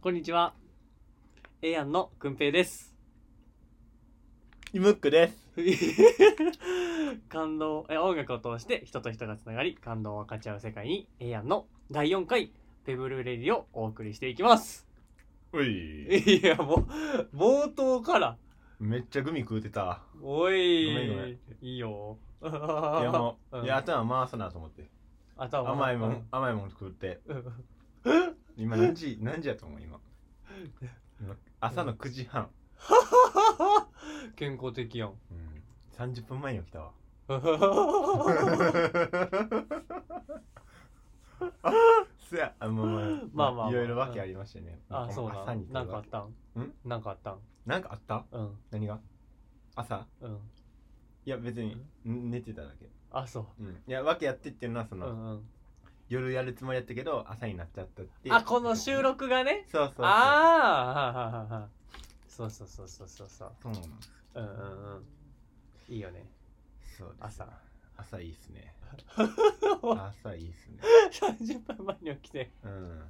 こんにちは。エイアンのくんぺいです。 イムックです。感動、え、音楽を通して人と人がつながり、感動を分かち合う世界に、エイアンの第4回、ペブルレディをお送りしていきます。おい。いや、もう、冒頭から。めっちゃグミ食うてた。おい、ごめんごめんいいよ。いいややもう、うんいや頭回すなと思って。頭甘いもん、甘いもん食って。うん今何 時、何時やと思う今。今朝の9時半。健康的 やん。うん。30分前に起き たわ。そや、あまあままああ、まあいろいろ訳ありましたね。あ、そうだ朝に。なんかあったんんなんかあったんなんかあったうん。何が朝うん。いや別にん寝てただけ。あ、そう。うん。いや訳やってっていうのはそうの、んうん。夜やるつもりやったけど朝になっちゃったっていうあ、この収録がね。そうそうそうああー、はははは。そうそうそうそうそうそう。そうなんですうんうんうん。いいよ ね。そうです朝。朝いいっす ねも朝いいっすね30分前に起きて。うん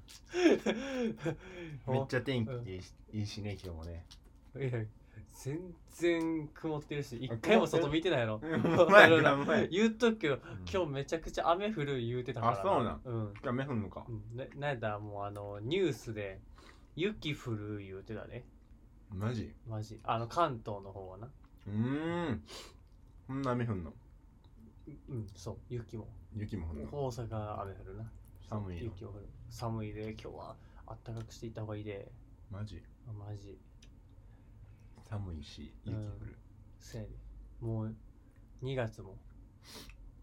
めっもちゃ天気いいし,、いいしね今日もねういや全然曇ってるし、一回も外見てないやろ。うんほん まやなだからほんまや言っとくけど、今日日めちゃくちゃ雨降る言うてたから。あそうなんうん。雨降んのかうんななんやったらもうあのニュースで雪降る言うてたねマジマジあの関東の方はなうーんこんな雨降んのうんそう雪も雪も降んの大阪は雨降るな寒いの雪も降る寒いで今日はあったかくしていった方がいいでマジマジ寒いし雪降る、せやでもう2月も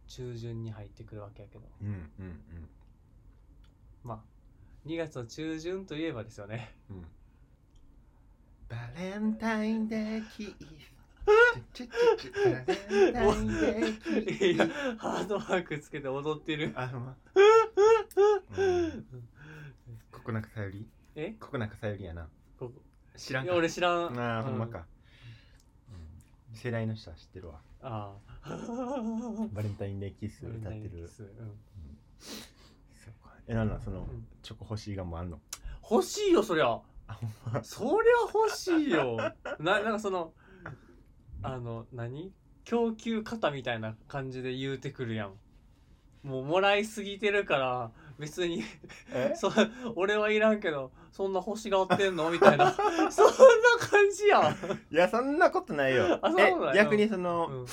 中旬に入ってくるわけやけどうん、うんまあ2月の中旬といえばですよね うんうんバレンタインデーキースチュチュチュチュバレンタインデーキーいスやハードワークつけて踊ってるあ、まあ、ここなんかさゆりえここなんかさゆりやなここ知らんいかや俺知らんあー、ほんまうか、うん世代の人は知ってるわああ。バレンタインデーキッス歌ってるそうかえなんなんそのんチョコ欲しいがもあんの欲しいよ、そりゃ。あほんまそりゃ欲しいよ。な、なんかその、あの、何供給型みたいな感じで言うてくるやん。もうもらいすぎてるから、別に、えそ、俺はいらんけど、そんな欲しがってんのみたい な。そんな感じやん。いやそんなことないよあそんなえことない逆にその、うん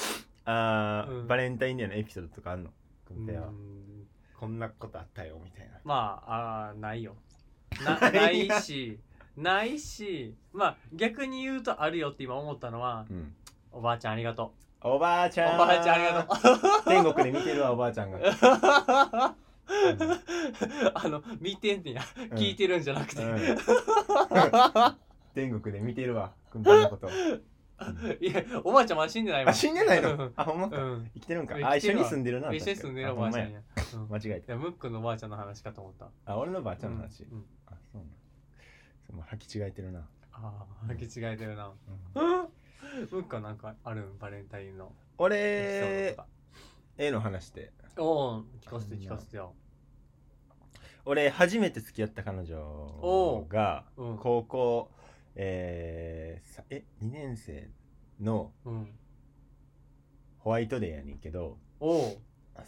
あーうんバレンタインデーのエピソードとかあんのくんぺはうんこんなことあったよみたいなまあ、あーないよ。なな ないいやし、ないし、まあ逆に言うとあるよって今思ったのは、うんおばあちゃんありがとおばあちう。おゃんばあちゃんありがとう。天国で見てるわおばあちゃ んが、あの、見てんねや。うん聞いてるんじゃなく て。うん天国で見てるわ、くんぱのこと。うんいや、おばあちゃんまだ死んでないもん。あ、死んでないうのあ、ほんまうか。ん。生きてるんか。生きてるわあ、一緒に住んでるな。一緒に住んでるお確かばあにちあゃほんや。うんいまや間違えた。や、ムックのおばあちゃんの話かと思った。あ、俺のばあちゃんの話う。んうんあ、そうなの。そうもう履き違えてるな。ああ、履き違えてるな。うんうんムックはなんかあるんバレンタインのエピソード俺と、か。 A の話で。おお、聞かせて聞かせてよ。俺、初めて付き合った彼女が、うん。高校、えーさえ、2年生のうん。ホワイトデーやねんけど、おお。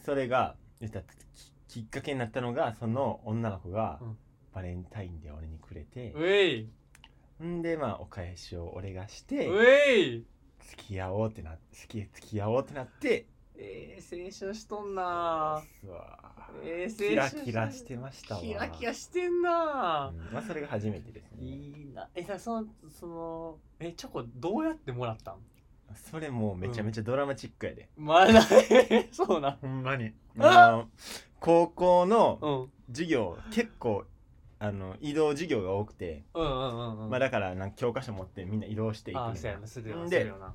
それが言ったらききっかけになったのがその女の子がうんバレンタインで俺にくれて、うえい。んでまあお返しを俺がしうてえい。付き合おうってな付き付き合おうってなってえー、青春しとんなそうっすわえーキラ青春キラしてましたわキラキラしてんなうんまあそれが初めてですねいいなえさそのそのえチョコどうやってもらったんそれもうめちゃめちゃドラマチックやで、まあないそうなんほんまにあの高校のうんうん授業結構あの移動授業が多くて、うんうんうんまあだからなんか教科書持ってみんな移動していくあみーそうたいやななするよなでするよな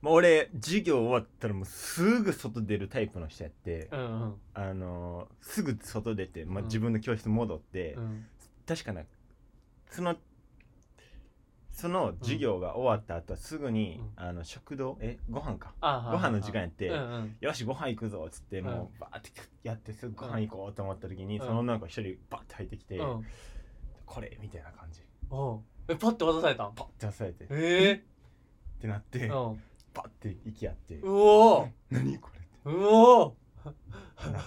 まあ、俺授業終わったらもうすぐ外出るタイプの人やって、うんうんあのーすぐ外出て、まあ、うん自分の教室戻って、うん確かなそのその授業が終わった後はすぐに、うんあの食堂えご飯かあーごはい飯の時間やっうて、んうんよしご飯行くぞっつって、うんもうバーってやってすぐご飯行こうと思った時に、うんその女の子一人バッて入ってきて、うんこれみたいな感じおうえパッて渡されたんパッて出されてっえてなっえてうんパッて息合ってうおー「何これ」っうおーてなっ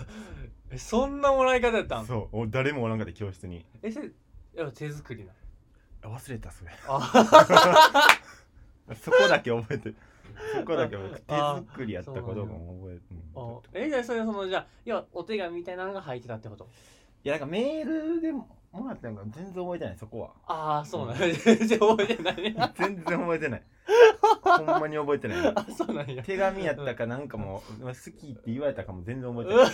えそんなもらい方やったたんそう俺誰もおらんかで教室にえそれやっぱ手作りな「あ忘れたそれ あ」そこだけ覚えてるそこだけ僕手あ作りやったことも覚えてるおえじゃあそれそのじゃあ要はお手紙みたいなのが入ってたってこといやなんかメールでももらったのが全然覚えてないそこは ああそうなんや全然覚えてないね全然覚えてないほんまに覚えてないあそうなんや手紙やったかなんか もうまあ好きって言われたかも全然覚えてうなわい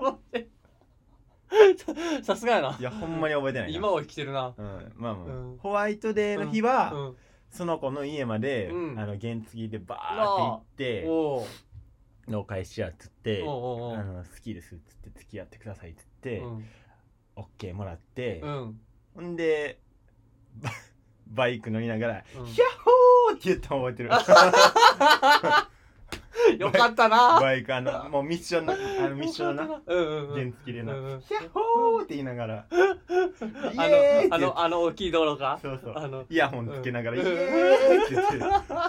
覚えて るさすがやないやほんまに覚えてないな今を生きてるなうんまあまあ、うんホワイトデーの日うは、んその子の家まで、うんあの原付でバーって行っておう農会しやっつっておうおうおあうの好きですっつって付き合ってくださいっつって、うんオッケーもらって、うん ほんでバ バイク乗りながらうん「ヒャッホー!」って言ったの覚 えてるよかったなバイクあのもうミッションのあのミッションのなうんうんうん原付でなうんうん「ヒャッホー!」って言いながら「イあエーイ!」って言ってのあのあの大きい道路かそうそうあのイヤホンつけながら「うんイエーイ!」って言っ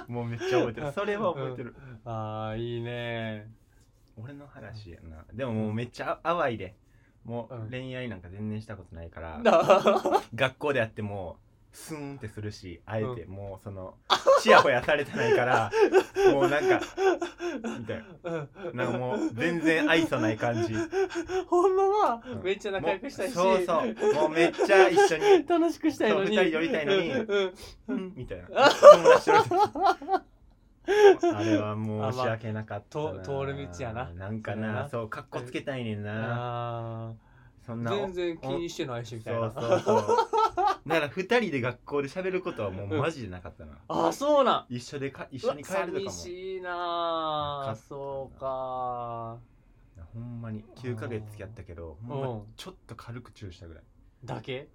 てもうめっちゃ覚えてるそれは覚えてる、あーいいね俺の話やなでももうめっちゃ淡いでもうんう恋愛なんか全然したことないから、な学校でやってもスーンってするしあえてもうそのちやほやされてないから もうなんかみたいななんかもう全然愛想ない感じ ほんまはうんめっちゃ仲良くしたいしもうそうそうもうめっちゃ一緒 に楽しくしたいのにそう二人寄りたいのにうんうんうんみたいな友達と寄りたいあれはもう申し訳なかったな、あまあと通る道やななんかそうやななそうかっこつけたいねんなあそんーな全然気にしてないしみたいなそうそ うそうだから二人で学校で喋ることはもうマジでなかったな、あーそうなん一緒でか一緒に帰るとうわか寂しいななかあったなそうかもほんまに9ヶ月付き合ったけどほんまうんちょっと軽くチューしたぐらいだけ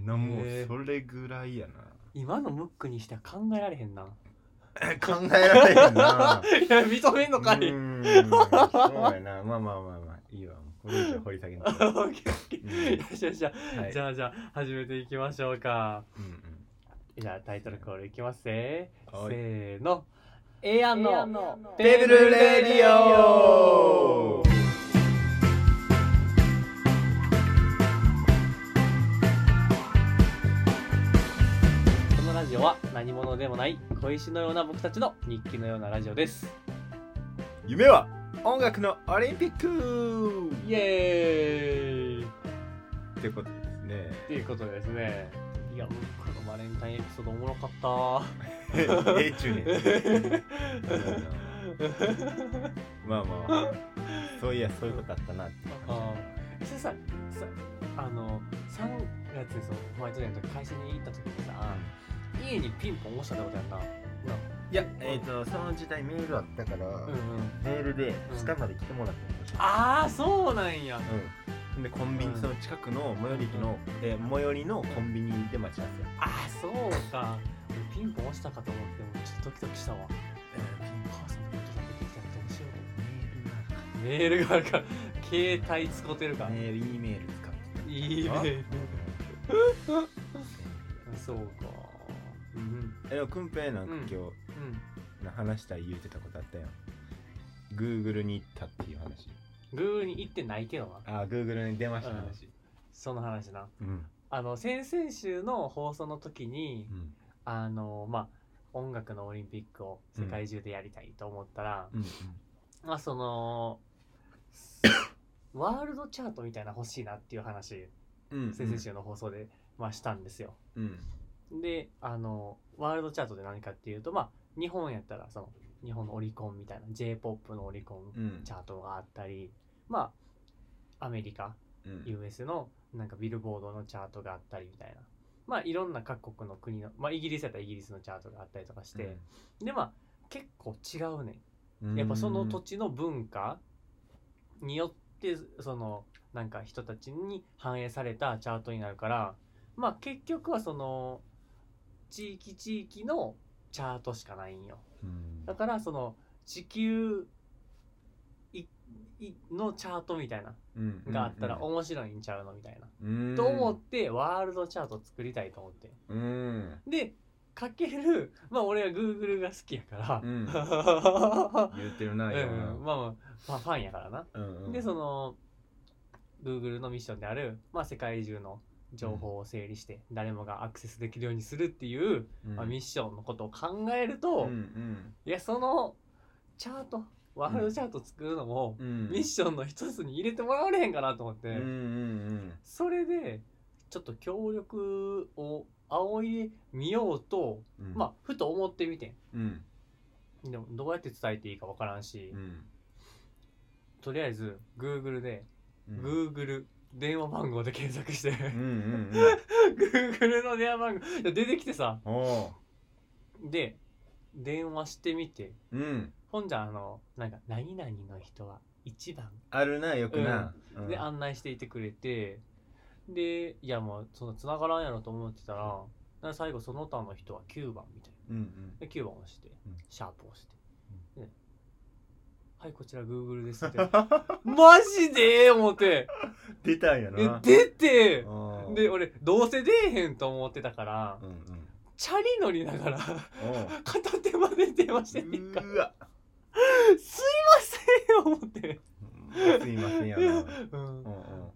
なもへうーそれぐらいやな今のムックにしては考えられへんな 考えられへ んないや認めんのかういーんそうやなまあまあまあまあいいわこれ以上掘り下げな オ い、はッケーオッケーよしよしじゃあ、い、じゃあじゃあ始めていきましょうかうんうんじゃあタイトルコールいきますねはいせーのエアののテーブルレディオこのラジオは何者でもない小石のような僕たちの日記のようなラジオです夢は音楽のオリンピックイエーイってことですねっていうことでですねいや僕のバレンタインエピソードおもろかった ええ中年まあまあそういやそういうことあったなっていうあ感ーそれささあの3月にそのホワイトデーの時会社に行った時にさ家にピンポン押したってことやったじいやえっ、とその時代メールあったから、うんうんメールでうん下まで来てもらったんですよああそうなんやうんでコンビニうんその近くの最寄りの、えー最寄りのコンビニで待ち合わせ、ああそうか俺ピンポン押したかと思ってもうちょっとドキドキしたわえー母さんのことが出てきたらどうしようピメールがあるから携帯使ってるかンら、メールがメール E メール使ってたいいメールあそうかうんえでもくんぺいなんか今日、うんな話したい言うてたことあったよ Google に行ったっていう話グーに行ってないけどなああ Google に出ました話その話なうんあの先々週の放送の時に、うんあのまあ音楽のオリンピックを世界中でやりたいと思ったら、うんまあその ワールドチャートみたいな欲しいなっていう話うんうん先々週の放送で、まあ、したんですよ。うんであのワールドチャートで何かっていうとまあ日本やったらその日本のオリコンみたいな j p o p のオリコンうんチャートがあったりまあアメリカうん US のなんかビルボードのチャートがあったりみたいなまあいろんな各国の国のまあイギリスやったらイギリスのチャートがあったりとかして、でまあ結構違うねうんんやっぱその土地の文化によってそのなんか人たちに反映されたチャートになるからまあ結局はその地域地域のチャートしかないんようんだからその地球いのチャートみたいなうんがあったら面白いんちゃうのみたいな、うんと思ってワールドチャート作りたいと思ってうんでかけるまあ俺は Google が好きやから、 うん言ってるなうん今まあまあ、まあ、ファンやからな、うんうんでその Google のミッションである、まあ、世界中の情報を整理して誰もがアクセスできるようにするっていう、うんまあ、ミッションのことを考えるうと、んいやそのチャートワールドチャート作るのも、うんうんミッションの一つに入れてもらわれへんかなと思って、うんうんそれでちょっと協力を仰いでみようと、うんうんまあふと思ってみてんうんでもどうやって伝えていいかわからんし、うんとりあえず Google でうん Google 電話番号で検索して うんうんうん Google の電話番号いや出てきてさおうで電話してみてうんほんじゃあのなんか「何々の人は1番」あるなよくなうんで案内していてくれてでいやもうその繋がらんやろと思ってたらなんか最後その他の人は9番みたいうんうんなで9番押して、うんシャープ押して、ではいこちら Google です」ってマジで思って 出たんやえな出てうんで俺どうせ出えへんと思ってたからうんうんチャリ乗りながら おう片手まで電話しててんかうわすいません思ってすいませんやなうんうん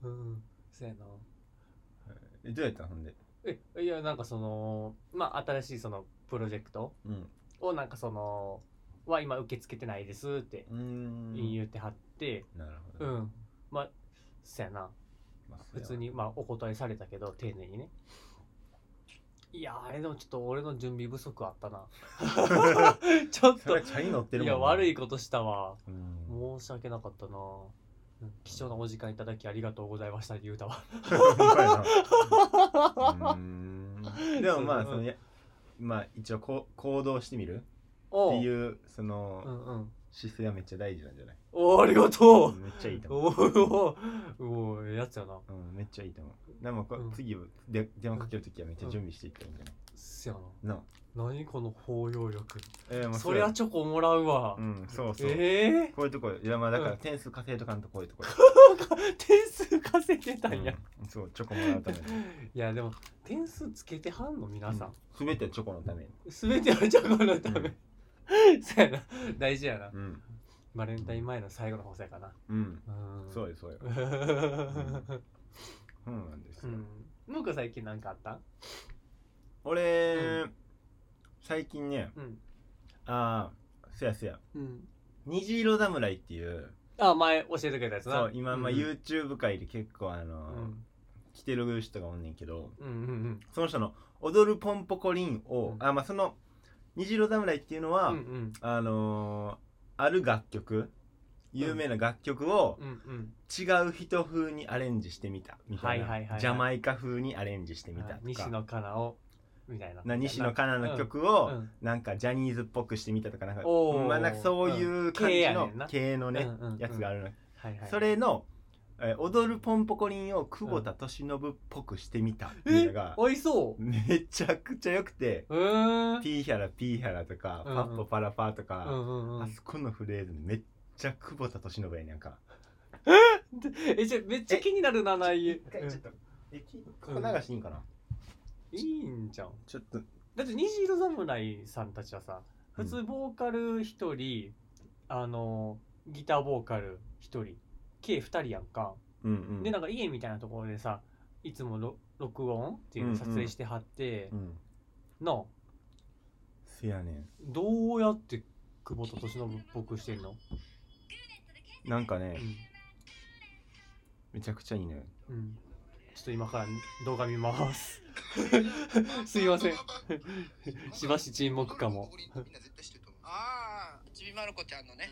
うんうんそうやなえどうやったんほんでえいやなんかそのまあ新しいそのプロジェクトうんをなんかそのは今受け付けてないですってうん言うてはってなるうほどん、まあそやなまあ普通にまあお答えされたけど丁寧にねいやあれでもちょっと俺の準備不足あったな ちょっそとれはチャリ乗ってるもいんやな悪いことしたわうん申し訳なかったなうん貴重なお時間いただきありがとうございましたって言うたわ ほんまやなうーんでもまあそうそのやまあ一応こう行動してみるっおてういうそうのんうん姿勢はめっちゃ大事なんじゃないおありがとうめっちゃいいと思おおおおやつやなううんめっちゃいいと思うでもこうん次で電話かけるときはめっちゃ準備していったらいいんじゃないせやなあな何この包容力えーまあそりゃうチョコもらうわ、うんそうそうええこういうとこよいやまあだかうんら点数稼いとかんとこういうとこよ 点数稼いでたんや、うんそうチョコもらうために いやでも点数つけてはんの皆さん、全てチョコのために全てはチョコのため、 そうやな大事やな、うんバレンタイン前の最後の放送やかなうんうんそううよそうよんそうなんですうよんムーク最近なんかあった俺最近ねうんああせやせやうん虹色侍っていうあ前教えてくれたやつなそう今まあうん YouTube 界で結構あうのん来てる人がおんねんけどうんうんその人の「踊るポンポコリンを」うんあまあその虹色侍っていうのは、うんうんあのーある楽曲有名な楽曲をうんうん違う人風にアレンジしてみたみたいな、はいはいはいはいジャマイカ風にアレンジしてみたあと西か野カナをみたいなな西野カナの曲ナを、うんなんかジャニーズっぽくしてみたとかなんか,、おーまあ、なんかそういう感うじん系やねんなの系のね、うんうんうんやつがあるの、はいはいそれの、えー踊るポンポコリン」を久保田利伸っぽくしてみたっていうのが、おいそうめちゃくちゃ良くてうー「んピーヒャラピーヒャラ」とか「うんうんパッポパラパ」とうか、んうんうあんそこのフレーズめっちゃ久保田利伸やねんか。 えじゃめっちゃ気になるな内容一回ちょっとえきここ流していいんかな、いいんじゃんちょっとだって虹色侍さんたちはさ普通ボーカル一人、あのギターボーカル一人計二人やんか、うんうんでなんか家みたいなところでさいつもろ録音っていうのを撮影してはってう、んのせやねんどうやって久保田利伸っぽくしてんの、なんかね、うんめちゃくちゃいいのようん、ちょっと今から動画見ます すいませんしばし沈黙かもみんな絶対知ってると思うああちびまる子ちゃんのね、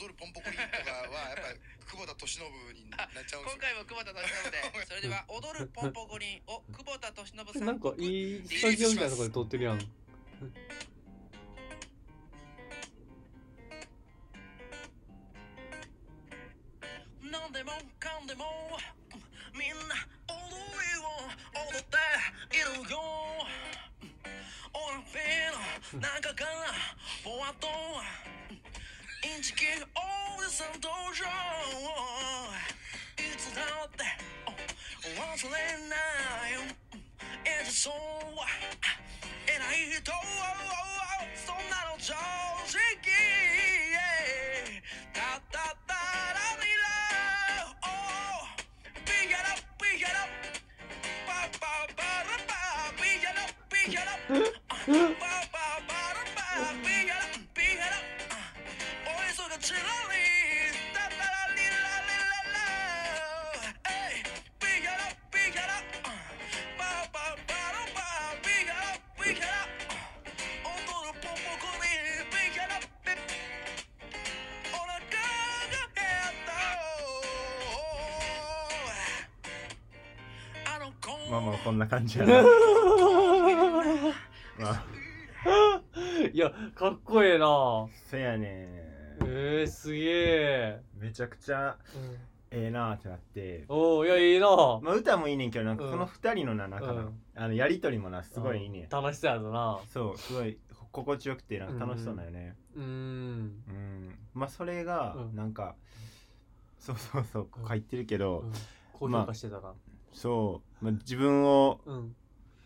踊るポンポコリンとかはやっぱり久保田利伸になっちゃうんで今すよ回も久保田利伸 で、それでは踊るポンポコリンを久保田利伸さん。なんかいいスタジオみたいなところで撮ってるやんなんでもかんでもみんな踊りを踊っているよ。オラフィーの中からぼわっと地球おじさん登場いつだってお忘れないエジソンは偉い人 oh, そんなの常識タッタッタラリラおビヤラビヤラパパパラパビヤラビヤラパパパラパビヤラビヤラおいそがちらりタタラリラリララえいビヤラビヤラパパパラパビヤラビヤラ踊るポンポコにビヤラビヤラお腹が減ったあの子まあまあこんな感じやな まあ いや、かっこええなせやねんえー、すげえ。めちゃくちゃうんええなってなっておおいや、いいなぁ。まあ歌もいいねんけどなんかうんこの2人のな中の,、うんあのやり取りもなすごいいいねん楽しそうやぞなそうすごいこ心地よくてなんか楽しそうなんよねうーん。うんまあそれがうんなんか、そうそうそううん書いてるけど、うん高評価してたな。そう、まあ、自分をうん。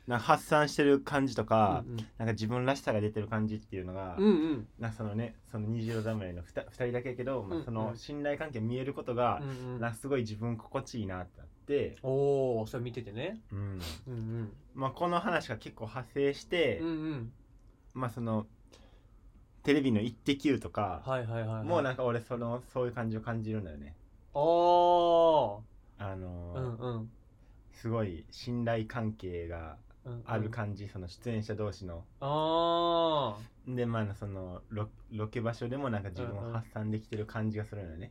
なんか発散してる感じとか、うんなんか自分らしさが出てる感じっていうのが、うんうん。なんかそのねその虹色侍の 2, 人だけやけど、まうあん、そうのん信頼関係見えることがう、んうなんんかすごい自分心地いいなってなって、おおそれ見ててね。うんうんまあ、この話が結構派生して、うん。うんうん。まあそのテレビの「イッテ Q!」とか、はいはいはいはい。もうなんか俺そのそういう感じを感じるんだよね。おあーのうーんうん。すごい信頼関係がうんある感じ、その出演者同士の。あーでまあそのロロケ場所でもなんか自分うんうをん発散できてる感じがするのよね。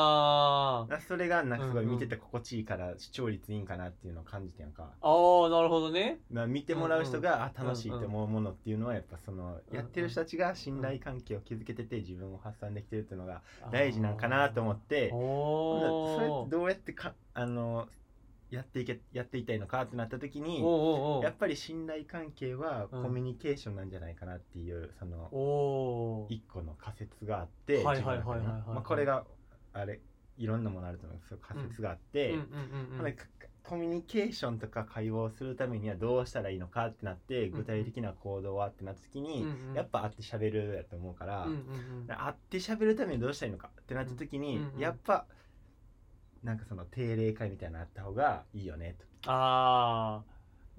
あーなそれがなんかすごいうんうん見てて心地いいから視聴率いいんかなっていうのを感じてやんか、あーなるほどね。まあ、見てもらう人が、あ楽しいうんうんって思うものっていうのはやっぱその、うんやってる人たちが信頼関係を築けてて自分を発散できてるっていうのが大事なんかなと思って、ほんならそれっおてーどうやってかあのやっていけやっていきたいのかってなった時におーおーおやっーぱり信頼関係はコミュニケーションなんじゃないかなっていうそのおー一個の仮説があってはい自分の中はいはいにはいはいはいまあこれがあれいろんなものあると思うんですけど仮説があうっんて、うんうんうまあんかコミュニケーションとか会話をするためにはどうしたらいいのかってなってん具体的な行動はってなった時に、うんうんやっぱ会って喋るやと思うから、うんうんうん会って喋るためにどうしたらいいのかってなった時に、うんうんやっぱなんかその定例会みたいなのあった方がいいよねとあ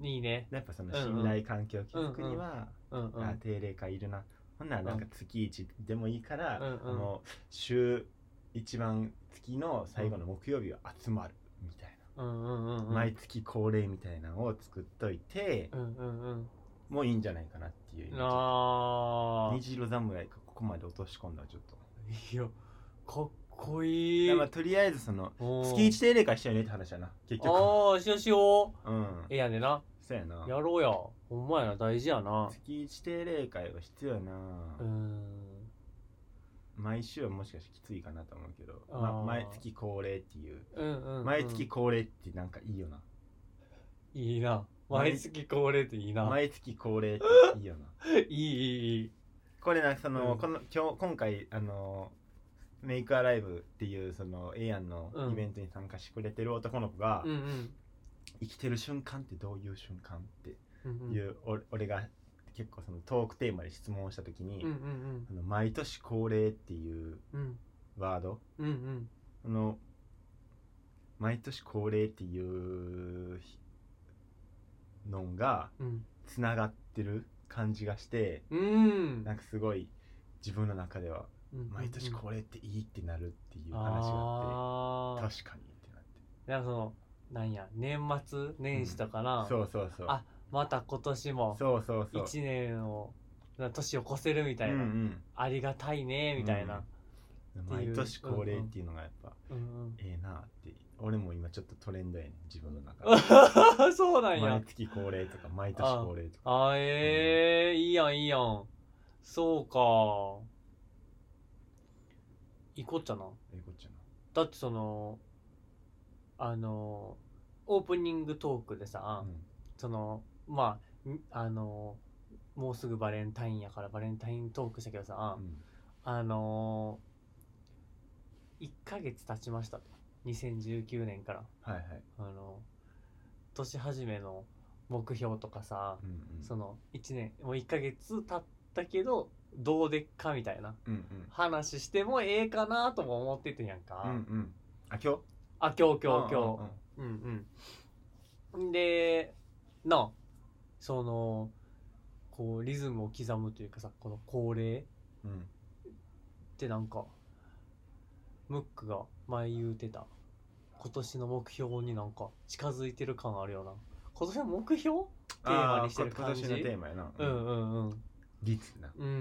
ーいいね。やっぱそうのんうん信頼関係を築くには、うんうん。あ定例会いるなほんならなんか月一でもいいから、うんうんあの週一番月の最後の木曜日は集まるみたいうんうんうんな、うん。毎月恒例みたいなのを作っといてう、んうんうん。もういいんじゃないかなっていうああ。虹色侍がここまで落とし込んだちょっと、いや、かっこいい。だからまあとりあえずそのうん月一定例会したよねって話やな結局ああ、しようしよう。うんええやねな。そうやなやろうや。ほんまやな、大事やな。月一定例会は必要やな、うーん。毎週はもしかしてきついかなと思うけど、あーまあ、毎月恒例っていううんうん、うん。毎月。恒例ってなんかいいよな、いいな。毎月恒例っていいな。毎月恒例っていいよな いいいいいい。これなんかその、うんこの今日今回あのメイクアライブっていうそのエイアンのうんイベントに参加してくれてる男の子が、うんうん生きてる瞬間ってどういう瞬間ってうんうん。いう、お俺が結構そのトークテーマで質問をした時に、うんうんあの毎年恒例っていううん。うんワードうんうん。あの毎年恒例っていうのがうん。つながってる感じがしてうん。なんかすごい自分の中ではうんうん毎年恒例っていいってなるっていう話がああってあ。確かにってなってなんかその、なんや、年末年始とかな。そうそうそうあまた今年もそうそうそう1年をな年を越せるみたういな、んありがたいねみたいな、うんっていう毎年恒例っていうのがやっぱうんうんええなって俺も今ちょっとトレンドやねん自分の中 でそうなんや毎月恒例とか毎年恒例とかあええいいやんいいやんそうか行こっちゃなええこっちゃなだってそのあのオープニングトークでさ、うんそのまあんあのもうすぐバレンタインやからバレンタイントークしたけどさ、うんあのー1ヶ月経ちましたと2019年からはいはい、あの年始めの目標とかさうんうん、その1年もう1ヶ月経ったけどどうでっかみたいなうんうん話してもええかなとも思っててんやんか、うんうんあ今日あ今日今日今日うんうんうんうんでなあそのこうリズムを刻むというかさこの恒例うんうんってなんかムックが前言うてた今年の目標になんか近づいてる感あるよな今年の目標テーマにしてる感じあーこ今年のテーマやなうんうんうん率なうんうん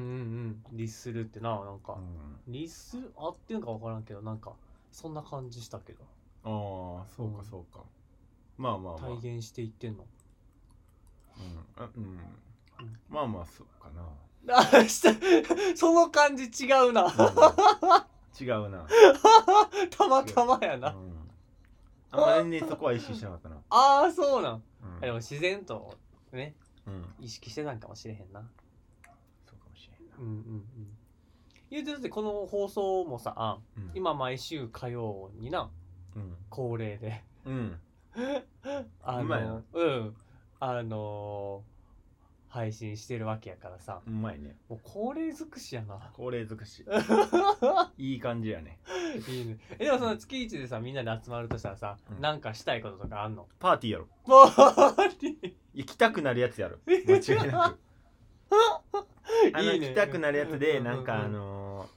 うん律するってななんか、うん律するあってんか分からんけどなんかそんな感じしたけどああそうかそうかまあまあまあ体現していってんのうんあうんまあまあそうかなあ したその感じ違うな うん違うなたまたまやな、うんあんまりねそこは意識してなかったなああそうなんうんでも自然とねうん意識してたんかもしれへんなそうかもしれんなうんうんうん言うてだってこの放送もさあうん今毎週火曜になうん恒例でうんあ今やなのうんあのー配信してるわけやからさうまいねもう恒例尽くしやな高齢尽 くしいい感じやねいいねえでもその月一でさみんなで集まるとしたらさ、うんなんかしたいこととかあんのパーティーやろも う行きたくなるや つやろ間違いなくあのいいね行きたくなるやつうんうんでうんなんかあのー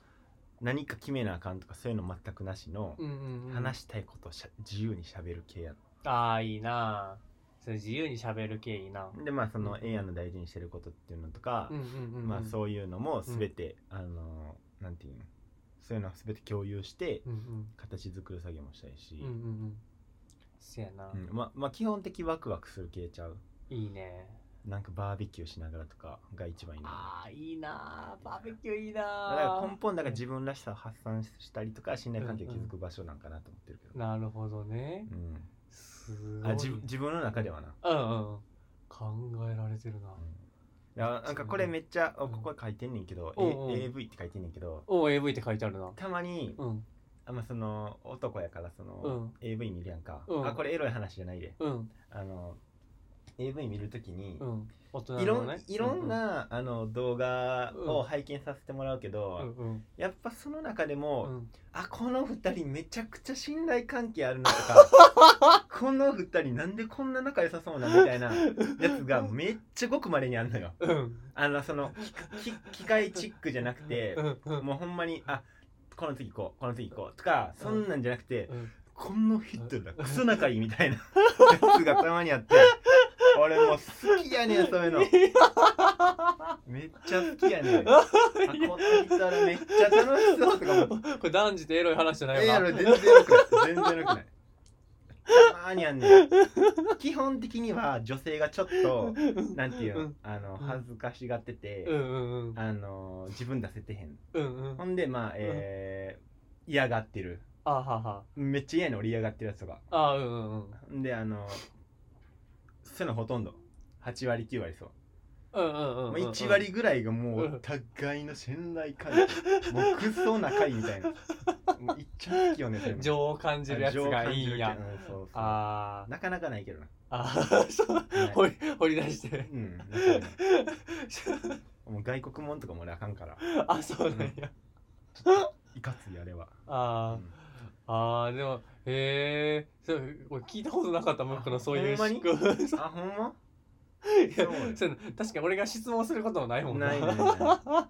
何か決めなあかんとかそういうの全くなしのうんうんうん話したいことをしゃ自由にしゃべる系やああいいなそれ自由に喋る系いいなろでまあそのうん A 案の大事にしてることっていうのとかうんうんうんまあそういうのも全てあのーなんていうのそういうのを全て共有してうんうん形作る作業もしたいしうんうんうんせやな、うんままあ基本的ワクワクする系ちゃういいねなんかバーベキューしながらとかが一番いいなああいいなバーベキューいいだからな根本だから自分らしさを発散したりとか信頼関係を築く場所なんかなと思ってるけど、なるほどねうんすごいあ自分自分の中ではな、うんうん考えられてるなうん、いやなんかこれめっちゃ、あここ書いてんねんけど、うんうん A、AV って書いてんねんけどお AV って書いてあるなたまに、うんあまあ、その男やからその、うん AV 見るやんか、うんあこれエロい話じゃないでうんあの AV 見るときに、うん大人のねいろんいろんな、あの動画を拝見させてもらうけうど、んうんやっぱその中でうも、んあこの2人めちゃくちゃ信頼関係あるなとか この2人なんでこんな仲良さそうなみたいなやつがめっちゃごくまれにあんのようんあのそのきき機械チックじゃなくてうんうんもうほんまにあこの次行こうこの次行こうとかそんなんじゃなくてうんこの人らクソ仲いいみたいな やつがたまにあって俺もう好きやねんそう いうのめっちゃ好きやねん あこの人らめっちゃ楽しそうとか思ってこれ男児でエロい話じゃないええやよなろ全然よくない全然よくないたまーにあんねん基本的には女性がちょっとなんていううのんあの恥ずかしがってて、うんうんうんあの自分出せてへんうんうんほんでまあえー嫌がってるあははめっちゃ嫌やねん俺嫌がってるやつとかあうんうんうんほんであのそういうのほとんど8割9割そううんうんうんうんまあ、1割ぐらいがもうお互いの信頼関 係もうクソ仲いいみたいなもういっちゃ好きよねそれも情を感じるやつがいいんあや情感じる系うんそうそうあーなかなかな いけどな。あーそうない掘り掘り出してうん。なかなかないもう外国もんとかも俺あかんから。あそうなんやいかついあれは。あうんあああでもへえそれ俺聞いたことなかったムックのそういうほんま思に考あ、ほんまいやそうよ そう確かに俺が質問することもないもんないね。なないだか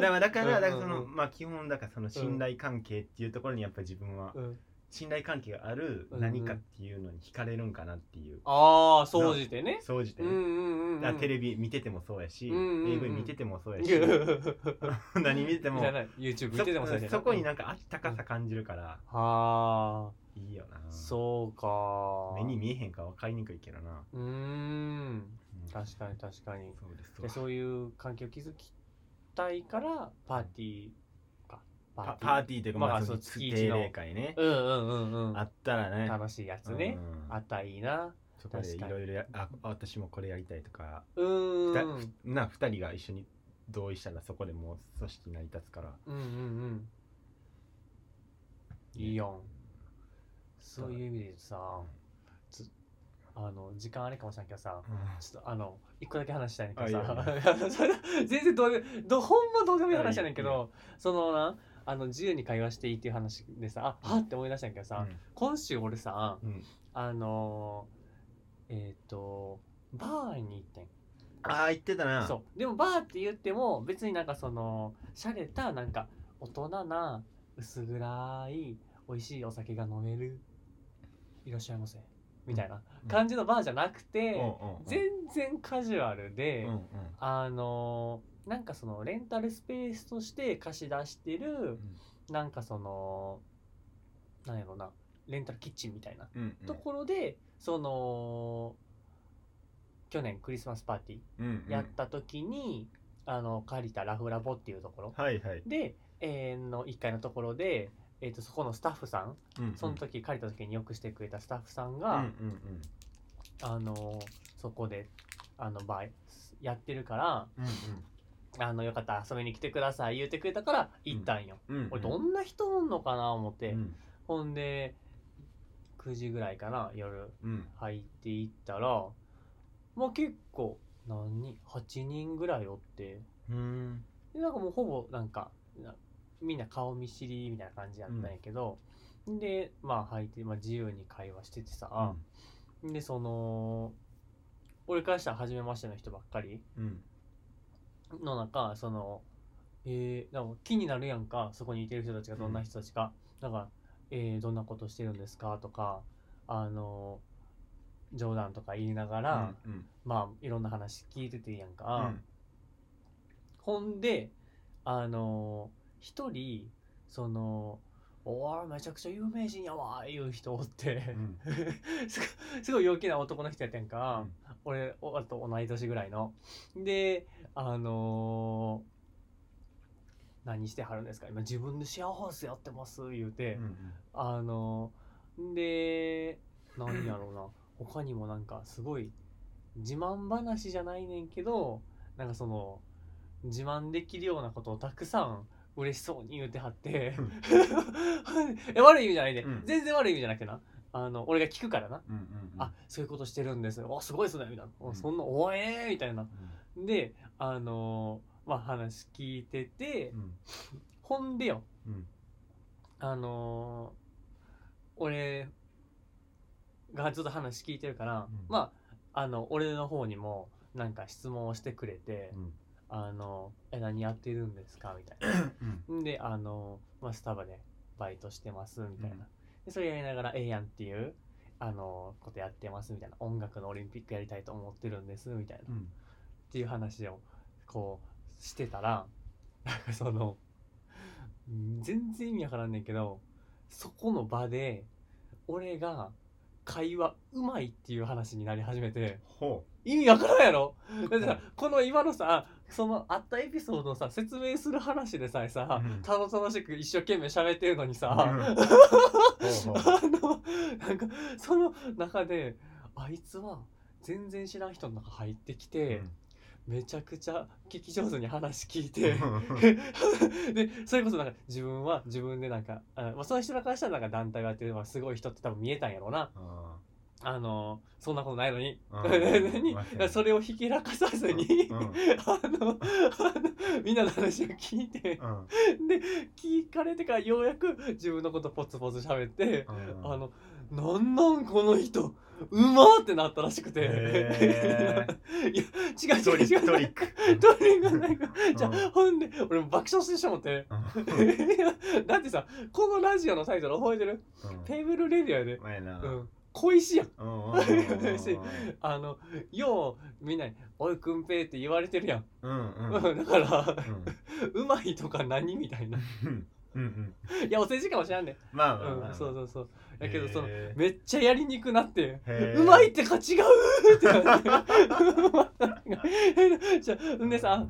ら、だから、だからそうんの、うんまあ基本、だからその信頼関係っていうところにやっぱり自分は、うん信頼関係がある何かっていうのに惹かれるんかなっていう。ああ総じてね総じてうんね。うんうんうんだからテレビ見ててもそうやし、うんうんうん AV 見ててもそう やし、じ 何見ててもゃ、ない YouTube 見ててもそそこにななんかあったかさ感じるから、はあいいよな。そうか目に見えへんから分かりにくいけどな、うーんうん確かに確かにそうですでそそうういう環境を築きたいからパーティーかパパパーティーというかままああそそうの月月一定の例会ね、うんうんうんうあんったらね楽しいやつね、うんあったらいいなそこでい確かにろいろやあ私もこれやりたいとかうーんだうんな2人が一緒に同意したらそこでもう組織成り立つからうんうんいいやんそういう意味でさつあの時間あれかもしれんけどさちょっとあの一個だけ話したいねんけどさあ い全然どうでどほんまどうでもいい話やねんけあいいどそのなあの自由に会話していいっていう話でさあはって思い出したんやけどさ、今週俺さうんうんあのーえっ、とバーに行ってんああ言ってたなそうでもバーって言っても別になんかその洒落たなんか大人な薄暗い美味しいお酒が飲めるいらっしゃいませみたいなうん感じのバーじゃなくて、うんうんうん全然カジュアルで、うんうんあのーなんかそのレンタルスペースとして貸し出してるなんかそのなんやろなレンタルキッチンみたいなうんうんところで、その去年クリスマスパーティーうんうんやった時に、あの借りたラフラボっていうところはいはいで、えーの1階のところで、えー、とそこのスタッフさんうんうんその時借りた時によくしてくれたスタッフさんうんが、うんあのそこであのバイやってるからうんあのよかったら遊びに来てください言うてくれたから行ったんよ。うんうん俺どんな人おんのかな思って、うんほんで9時ぐらいかな夜うん入っていったらまあ結構何人8人ぐらいおってうんでなんかもうほぼなんかなみんな顔見知りみたいな感じやったんやけど、でまあ入って、まあ、自由に会話しててさ、でその俺からしたら初めましての人ばっかりうんの中そのえー、でも気になるやんかそこにいてる人たちがどんな人たちか、だから、えーどんなことしてるんですかとかあの冗談とか言いながら、うんまあいろんな話聞いてていいやんか、うんほんであの一人その「おーめちゃくちゃ有名人やわ」いう人おって、うん すごすごい陽気な男の人やったやんか、うん俺おあと同い年ぐらいのであのー何してはるんですか今自分でシェアハウスやってます」言うて、うんあので何やろうな他にもなんかすごい自慢話じゃないねんけどなんかその自慢できるようなことをたくさん嬉しそうに言うてはって え悪い意味じゃないで、うん全然悪い意味じゃなくてなあの俺が聞くからな、うんうんうんあそういうことしてるんですおすごいですねみたいな、おうんそんなおえーみたいなうであのまあ話聞いてて、んほんでようんあのー俺がちょっと話聞いてるから、うんまああの俺の方にもなんか質問をしてくれて「うんあのえ何やってるんですか?」みたいうんな。で、あのまあ、スタバでバイトしてますみたいな。うんでそれやりながら「ええやん」っていう。あのことやってますみたいな音楽のオリンピックやりたいと思ってるんですみたいな、うっんていう話をこうしてたらなんかそのうん全然意味わからんねんけどそこの場で俺が会話うまいっていう話になり始めてほ意味わからんやろだってうさんこの今のさそのあったエピソードをさ説明する話でさえさ、うんたの楽しく一生懸命喋ってるのにうさ、うんほうほ うあのなんかその中であいつは全然知らん人の中入ってきて、めちゃくちゃ聞き上手に話聞いて。 でそれこそなんか自分は自分でなんかあの、まあ、その人らからしたらなんか団体をやってるのはすごい人って多分見えたんやろうなああのそんなことないのにあ 何まあそれをひけらかさずに うあんのあのみんなの話を聞いてうんで聞かれてからようやく自分のことポツポツ喋ってうんあの「なんなんこの人うま!」ってなったらしくていやへ 違うト違うリ違うックトリック トリックなんかじゃうんあほんで俺も爆笑してしまって。うんいや だってさこのラジオのタイトル覚えてるテーブルレディアやでう、まいなうん、小石やんうんうんあのようみんなに「おいくんぺい」って言われてるやん、うんうんうんだからう「んうまい」とか何みたいなうんうんいやお世辞かもしらんねまあまあまうあんそうそうそうだけどそのへめっちゃやりにくなってへーうまいってか違うってなって じゃあんでさ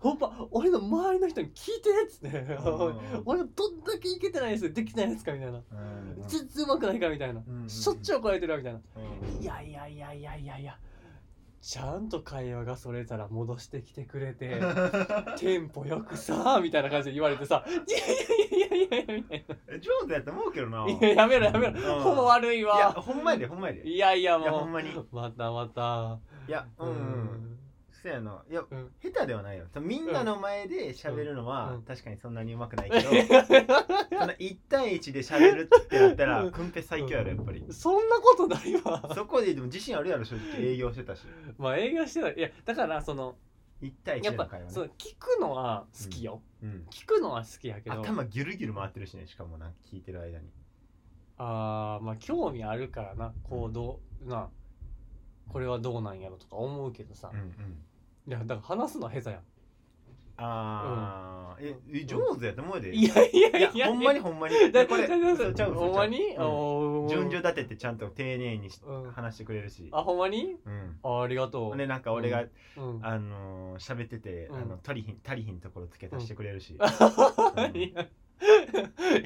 ほんま俺の周りの人に聞いてっつってうん俺どんだけいけてないですできてないですかみたいなーうん全然うまくないからみたいなうんうんしょっちゅう怒られてるわみたいなうんいやいやいやいやいやいやちゃんと会話がそれたら戻してきてくれてテンポよくさみたいな感じで言われてさ「いやいやいやいやいや」みたいな上手やと思うけどないややめろやめろうんほぼ悪いいやわほんまやでほんまやでいいやいややほんもまにうまたまたいやうん、うん、そやないや、うん下手ではないよそのみんなの前で喋るのは、うんうん確かにそんなにうまくないけど、その1対1で喋るってなったら、うんくんぺ最強やろやっぱり、そんなことないわそこででも自信あるやろ正直営業してたしまあ営業してないいやだからその1対1やでっのぱ会話そね、う聞くのは好きよ、うん、聞くのは好きやけど頭ギュルギュル回ってるしねしかもなんか聞いてる間にあーまあ興味あるからな行動なこれはどうなんやろとか思うけどさ、うんうんいやだから話すのは下手やんあうー、んええ上手やと思うでいやいやいやいやほんまにほんまにだでここれれそうちゃうほんまに、そうちゃううおんー順序立ててちゃんと丁寧にしうん話してくれるしあほんまにうんあありがとう、でなんか俺が、うん、 あのー喋ってて、うんあの足りひん足りひんところ付け足してくれるし、うんいやい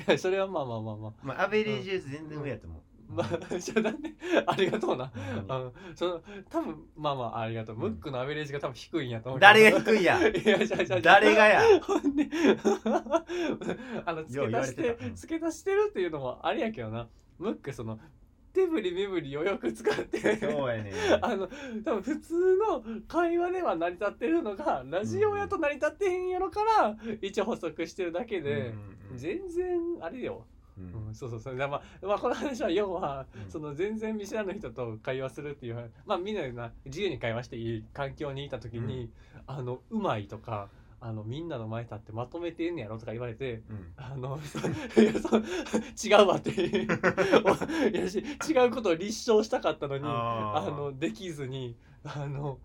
やそれはまあまあまあまあまあアベレージ全然上やと思まう、あ じゃあなんでありがとうなほんまあにのその多分まあまあありがとう、うんムックのアベレージが多分低いんやと思うけど誰が低いんや いやじゃあじゃあじゃあ誰がやほんで あの付ようけ言足われしてたてうん付け足してるっていうのもあれやけどなムックその手振り身振りをよく使ってそうやねあの多分普通の会話では成り立ってるのがラジオやと成り立ってへんやろから一応補足してるだけで、うん全然あれよ、うんうんそうそうそうだからまあ、まあ、この話は要は、うんその全然見知らぬ人と会話するっていうまあみんなでな自由に会話していい環境にいた時に、あのうまいとかあのみんなの前立ってまとめてんねやろとか言われて。うんあの そいやそう違うわっていう いやし違うことを立証したかったのにああーのできずにあの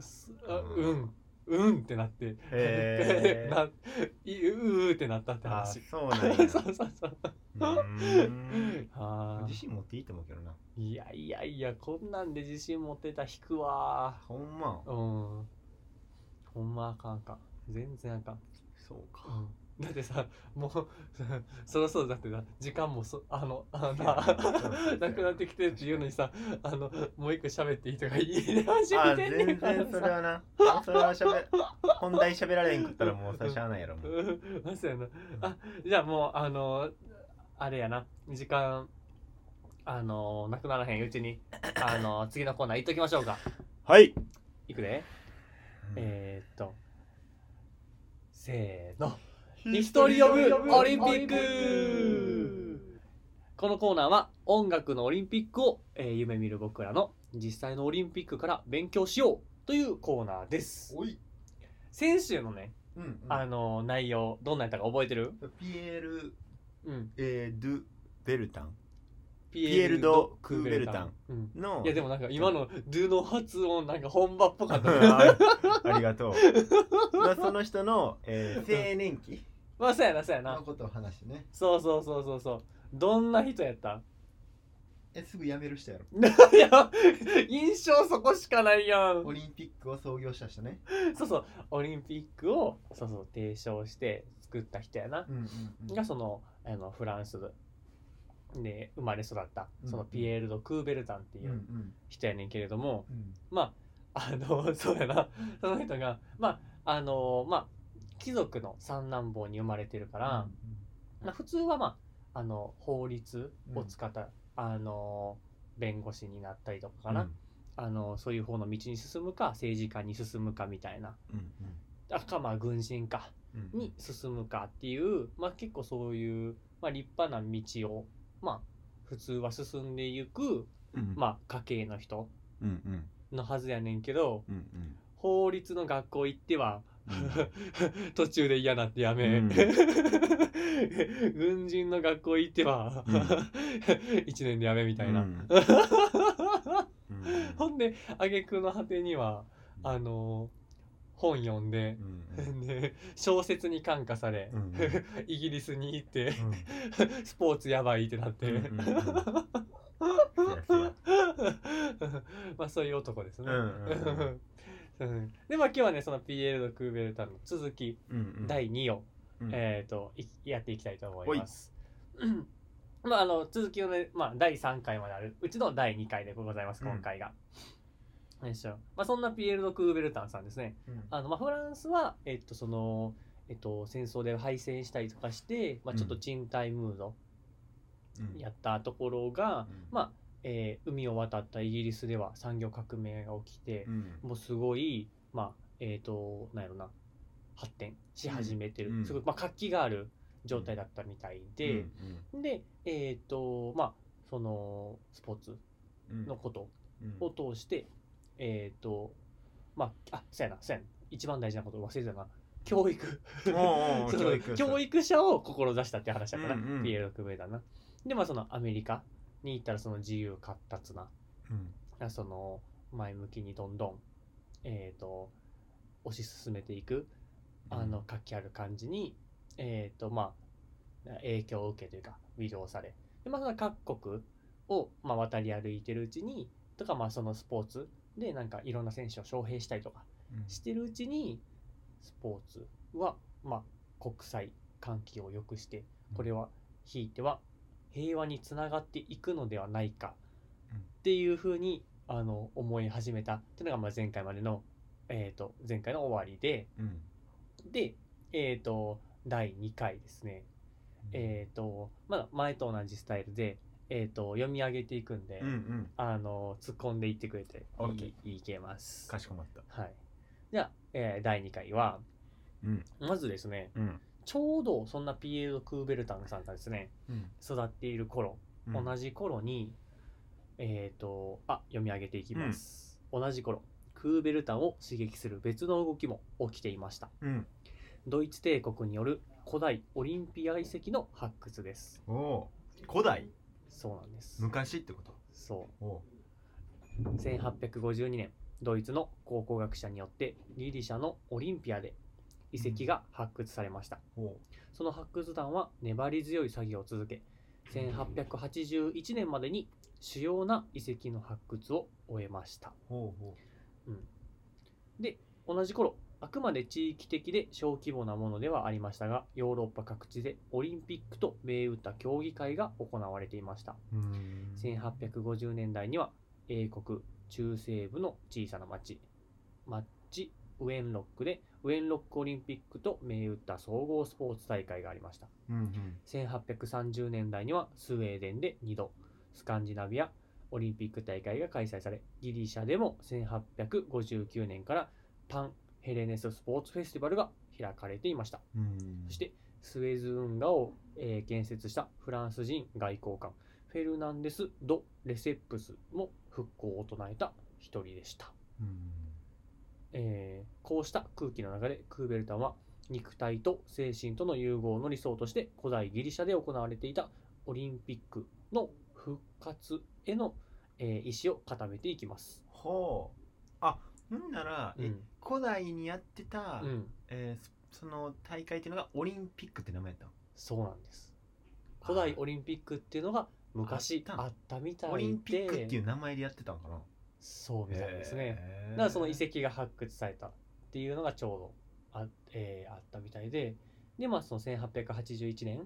すあううんうんってなって、へー いうーってなったってあ話ーそうなん やそうそうそううーんあ自信持っていいと思うけどなーいやいやいやこんなんで自信持ってたら引くわほんまーうんほんまあかんあかん全然あかんそうかうんだってさもう そろそろだってな時間もそあのあの なくなってきてっていうのにさあのもう一個喋っていいとか言い始あめてんねん全から然それさはなそれはしゃべ本題しゃべられへんかったらもうさしゃあないやろもううんそうやなあじゃあもうあのあれやな時間あのなくならへんうちにあの次のコーナー行っときましょうかはいいくで、えー、っとせーのヒストリーオブオリンピックこのコーナーは音楽のオリンピックを、えー夢見る僕らの実際のオリンピックから勉強しようというコーナーですおい先週のね、うんうんあの内容どんなんやったか覚えてるピエール・うんえードゥ・ベルタンピエールドクーベルタンうんのいやで もなんか今の「ドゥ」の発音なんか本場っぽかあった ねありがとう、まあ、その人の、えー、青年期まあそうやなそうやのなことを話してねそうそうそうそうそうどんな人やった えすぐ辞める人やろいや印象そこしかないやんオリンピックを創業した人ね そうそうオリンピックをそうそう提唱して作った人やなう、んうんうんがそのあのフランスで生まれ育ったうんそのピエール・ド・クーベルタンってういんううん人やねんけれども、うんまああの そうやなその人がまああのまあ貴族の三男坊に生まれてるから、まあ、普通はまああの法律を使った、あの弁護士になったりとかかな、あのそういう方の道に進むか政治家に進むかみたいなうんうんあかまあ軍人かうんうんに進むかっていう、まあ、結構そういう、まあ、立派な道を、まあ、普通は進んでいく、うんまあ、家系の人うんうんのはずやねんけどうんうん法律の学校行っては うん途中で嫌なってやめ、うん 軍人の学校行ってはうん 一年でやめみたいな。うんうんほんで挙句の果てにはあの本読んでう、んで小説に感化され、うん イギリスに行ってう んスポーツやばいってなって、うんうんうんそうや まあそういう男ですね。うんうん うんでまあ今日はねその PL のクーベルタンの続き、うんうん第2を、うんえっ、といやっていきたいと思います。うん まああの続きのね、まあ、第3回まであるうちの第2回でございます今回が。何でしょう。まあ、そんなピエール・ド・クーベルタンさんですね。うんあの、まあ、フランスは、えっと、その、えっと、戦争で敗戦したりとかして、まあ、ちょっと賃貸ムードうんやったところが、うんまあ、えー海を渡ったイギリスでは産業革命が起きてう、んもうすごい、まあ、えっ、と、なんやろな、発展し始めてる。うんうんすごい、まあ、活気がある状態だったみたいで、で、えっ、と、まあ、その、スポーツうんうんのことうんを通して、えっ、と、まあ、あ、そうやな、そうやな。一番大事なこと忘れてたな。教育。おうおうそう教育教育者を志したって話だから、うんうんピエロ・クベだな。で、まあ、そのアメリカに行ったら、その自由闊達な、うんその前向きにどんどん、えっ、と、推し進めていく、あの、活気ある感じに、えっ、と、まあ、影響を受けというか、魅了され。で、まあ、その各国を、まあ、渡り歩いてるうちに、とか、まあ、そのスポーツで、なんか、いろんな選手を招聘したりとか、うんしてるうちにスポーツは、まあ、国際喚起を良くしてこれはひいては平和につながっていくのではないかうんっていうふうにあの思い始めたっていうのがまあ前回までの、えー、と前回の終わりでうんで、えー、と第2回ですね、えー、とまだ前と同じスタイルで、えー、と読み上げていくんで、うんうんあの突っ込んでいってくれてい OK いいけます。かしこまったはい。じゃあ、えー第2回は、うんまずですね、うんちょうどそんなピエール・クーベルタンさんがですね、うん育っている頃、同じ頃に、えっ、と、あ、読み上げていきます。同じ頃、クーベルタンを刺激する別の動きも起きていました。うんドイツ帝国による古代オリンピア遺跡の発掘です。おおう古代そうなんです。昔ってことそう。おお1852年ドイツの考古学者によってギリシャのオリンピアで遺跡が発掘されました、うおうその発掘団は粘り強い作業を続け1881年までに主要な遺跡の発掘を終えましたほうほ同じ頃あくまで地域的で小規模なものではありましたがヨーロッパ各地でオリンピックと銘打った競技会が行われていましたううん1850年代には英国中西部の小さな町マッチウェンロックでウェンロックオリンピックと銘打った総合スポーツ大会がありましたうんうん1830年代にはスウェーデンで2度スカンジナビアオリンピック大会が開催されギリシャでも1859年からパンヘレネススポーツフェスティバルが開かれていましたうんそしてスエズ運河を、えー建設したフランス人外交官フェルナンデス・ド・レセップスも復興を唱えた一人でした、うんえーこうした空気の流れクーベルタンは肉体と精神との融合の理想として古代ギリシャで行われていたオリンピックの復活への、えー意思を固めていきます、ほうあんなら、うんえ古代にやってた、うん、えーそその大会っていうのがオリンピックって名前やったのそうなんです古代オリンピックっていうのが昔あったんあったみたいでオリンピックっていう名前でやってたのかなそうみたいですね、へだーからその遺跡が発掘されたっていうのがちょうどあ,、えーあったみたいででまあその1881年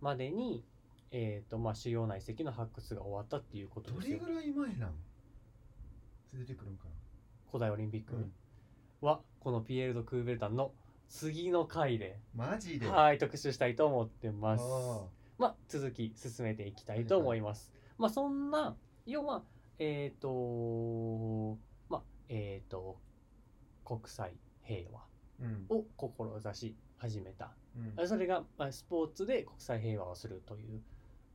までに、えーとまあ、主要な遺跡の発掘が終わったっていうことどですれよぐらい前なの出てくるんかな古代オリンピッうクんは、このピエール・ド・クーベルタンの次の回でマジではい特集したいと思ってあます。ーまあ、続き進めていきたいと思います。まあ、そんな、要は、えっ、と、まあ、えっ、と、国際平和うんを志し始めた。うんそれが、まあ、スポーツで国際平和をするという、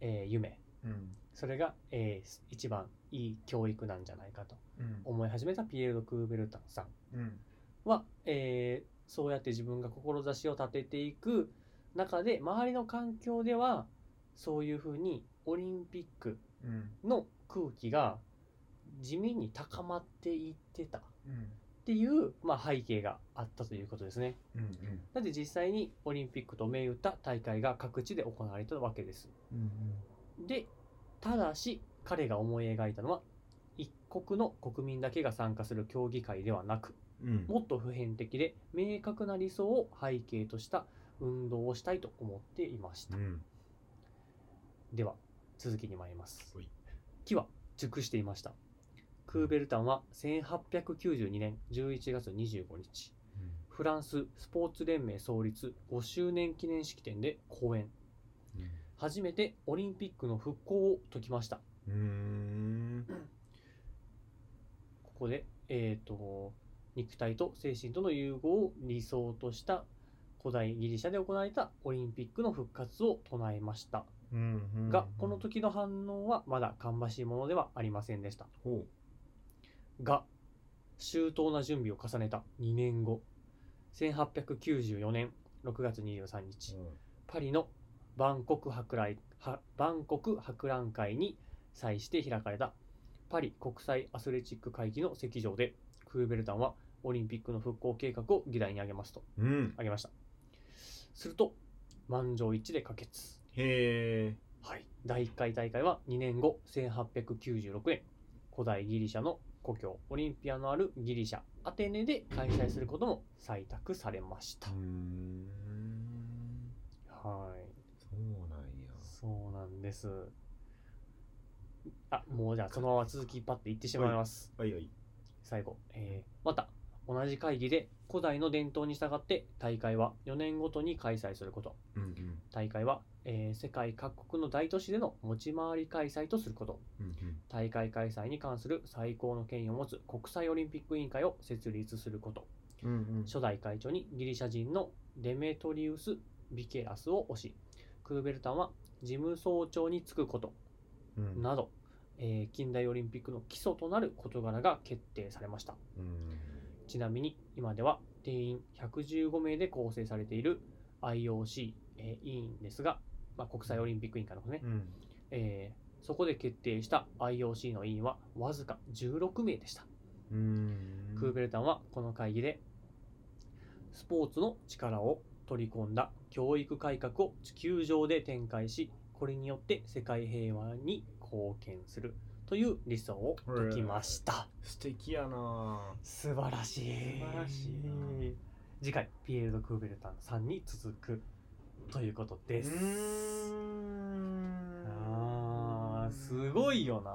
えー夢。うんそれが、えー一番いい教育なんじゃないかとうん思い始めたピエール・ド・クーベルタンさん。うんは、えーそうやって自分が志を立てていく中で周りの環境ではそういうふうにオリンピックうんの空気が地味に高まっていってたっうんていう、まあ、背景があったということですね。うんだって実際にオリンピックと銘打った大会が各地で行われたわけです。うんでただし彼が思い描いたのは一国の国民だけが参加する競技会ではなくうんもっと普遍的で明確な理想を背景とした運動をしたいと思っていました、うんでは続きに参りますほい木は熟していましたクーベルタンは1892年11月25日フランススポーツ連盟創立5周年記念式典で講演初めてオリンピックの復興を解きましたうんうんここで、えー、と肉体と精神との融合を理想とした古代ギリシャで行われたオリンピックの復活を唱えましたうんが、この時の反応はまだ芳しいものではありませんでしたほが周到な準備を重ねた2年後1894年6月23日パリの万国博覧は万国博覧会に際して開かれたパリ国際アスレチック会議の席上でクーベルタンはオリンピックの復興計画を議題に挙げますとううん挙げましたすると満場一致で可決へえはい、第1回大会は2年後1896年古代ギリシャの故郷オリンピアのあるギリシャアテネで開催することも採択されました、んはいそうなんやそうなんですあもうじゃあそのまま続きパッていってしまいますはいはい最後、えーまた同じ会議で古代の伝統に従って大会は4年ごとに開催することうんうん大会は、えー世界各国の大都市での持ち回り開催とすることうんうん大会開催に関する最高の権威を持つ国際オリンピック委員会を設立することうんうん初代会長にギリシャ人のデメトリウス・ビケラスを推しクーベルタンは事務総長に就くことうんなど、えー近代オリンピックの基礎となる事柄が決定されましたうんちなみに今では定員115名で構成されている IOC、えー委員ですが、まあ、国際オリンピック委員会の方ね、うんえーそこで決定した IOC の委員はわずか16名でした、うんクーベルタンはこの会議でスポーツの力を取り込んだ教育改革を地球上で展開しこれによって世界平和に貢献するという理想を解きました素敵やな素晴らしい素晴らしいな次回ピエール・ド・クーベルタンさんに続くということですああーすごいよな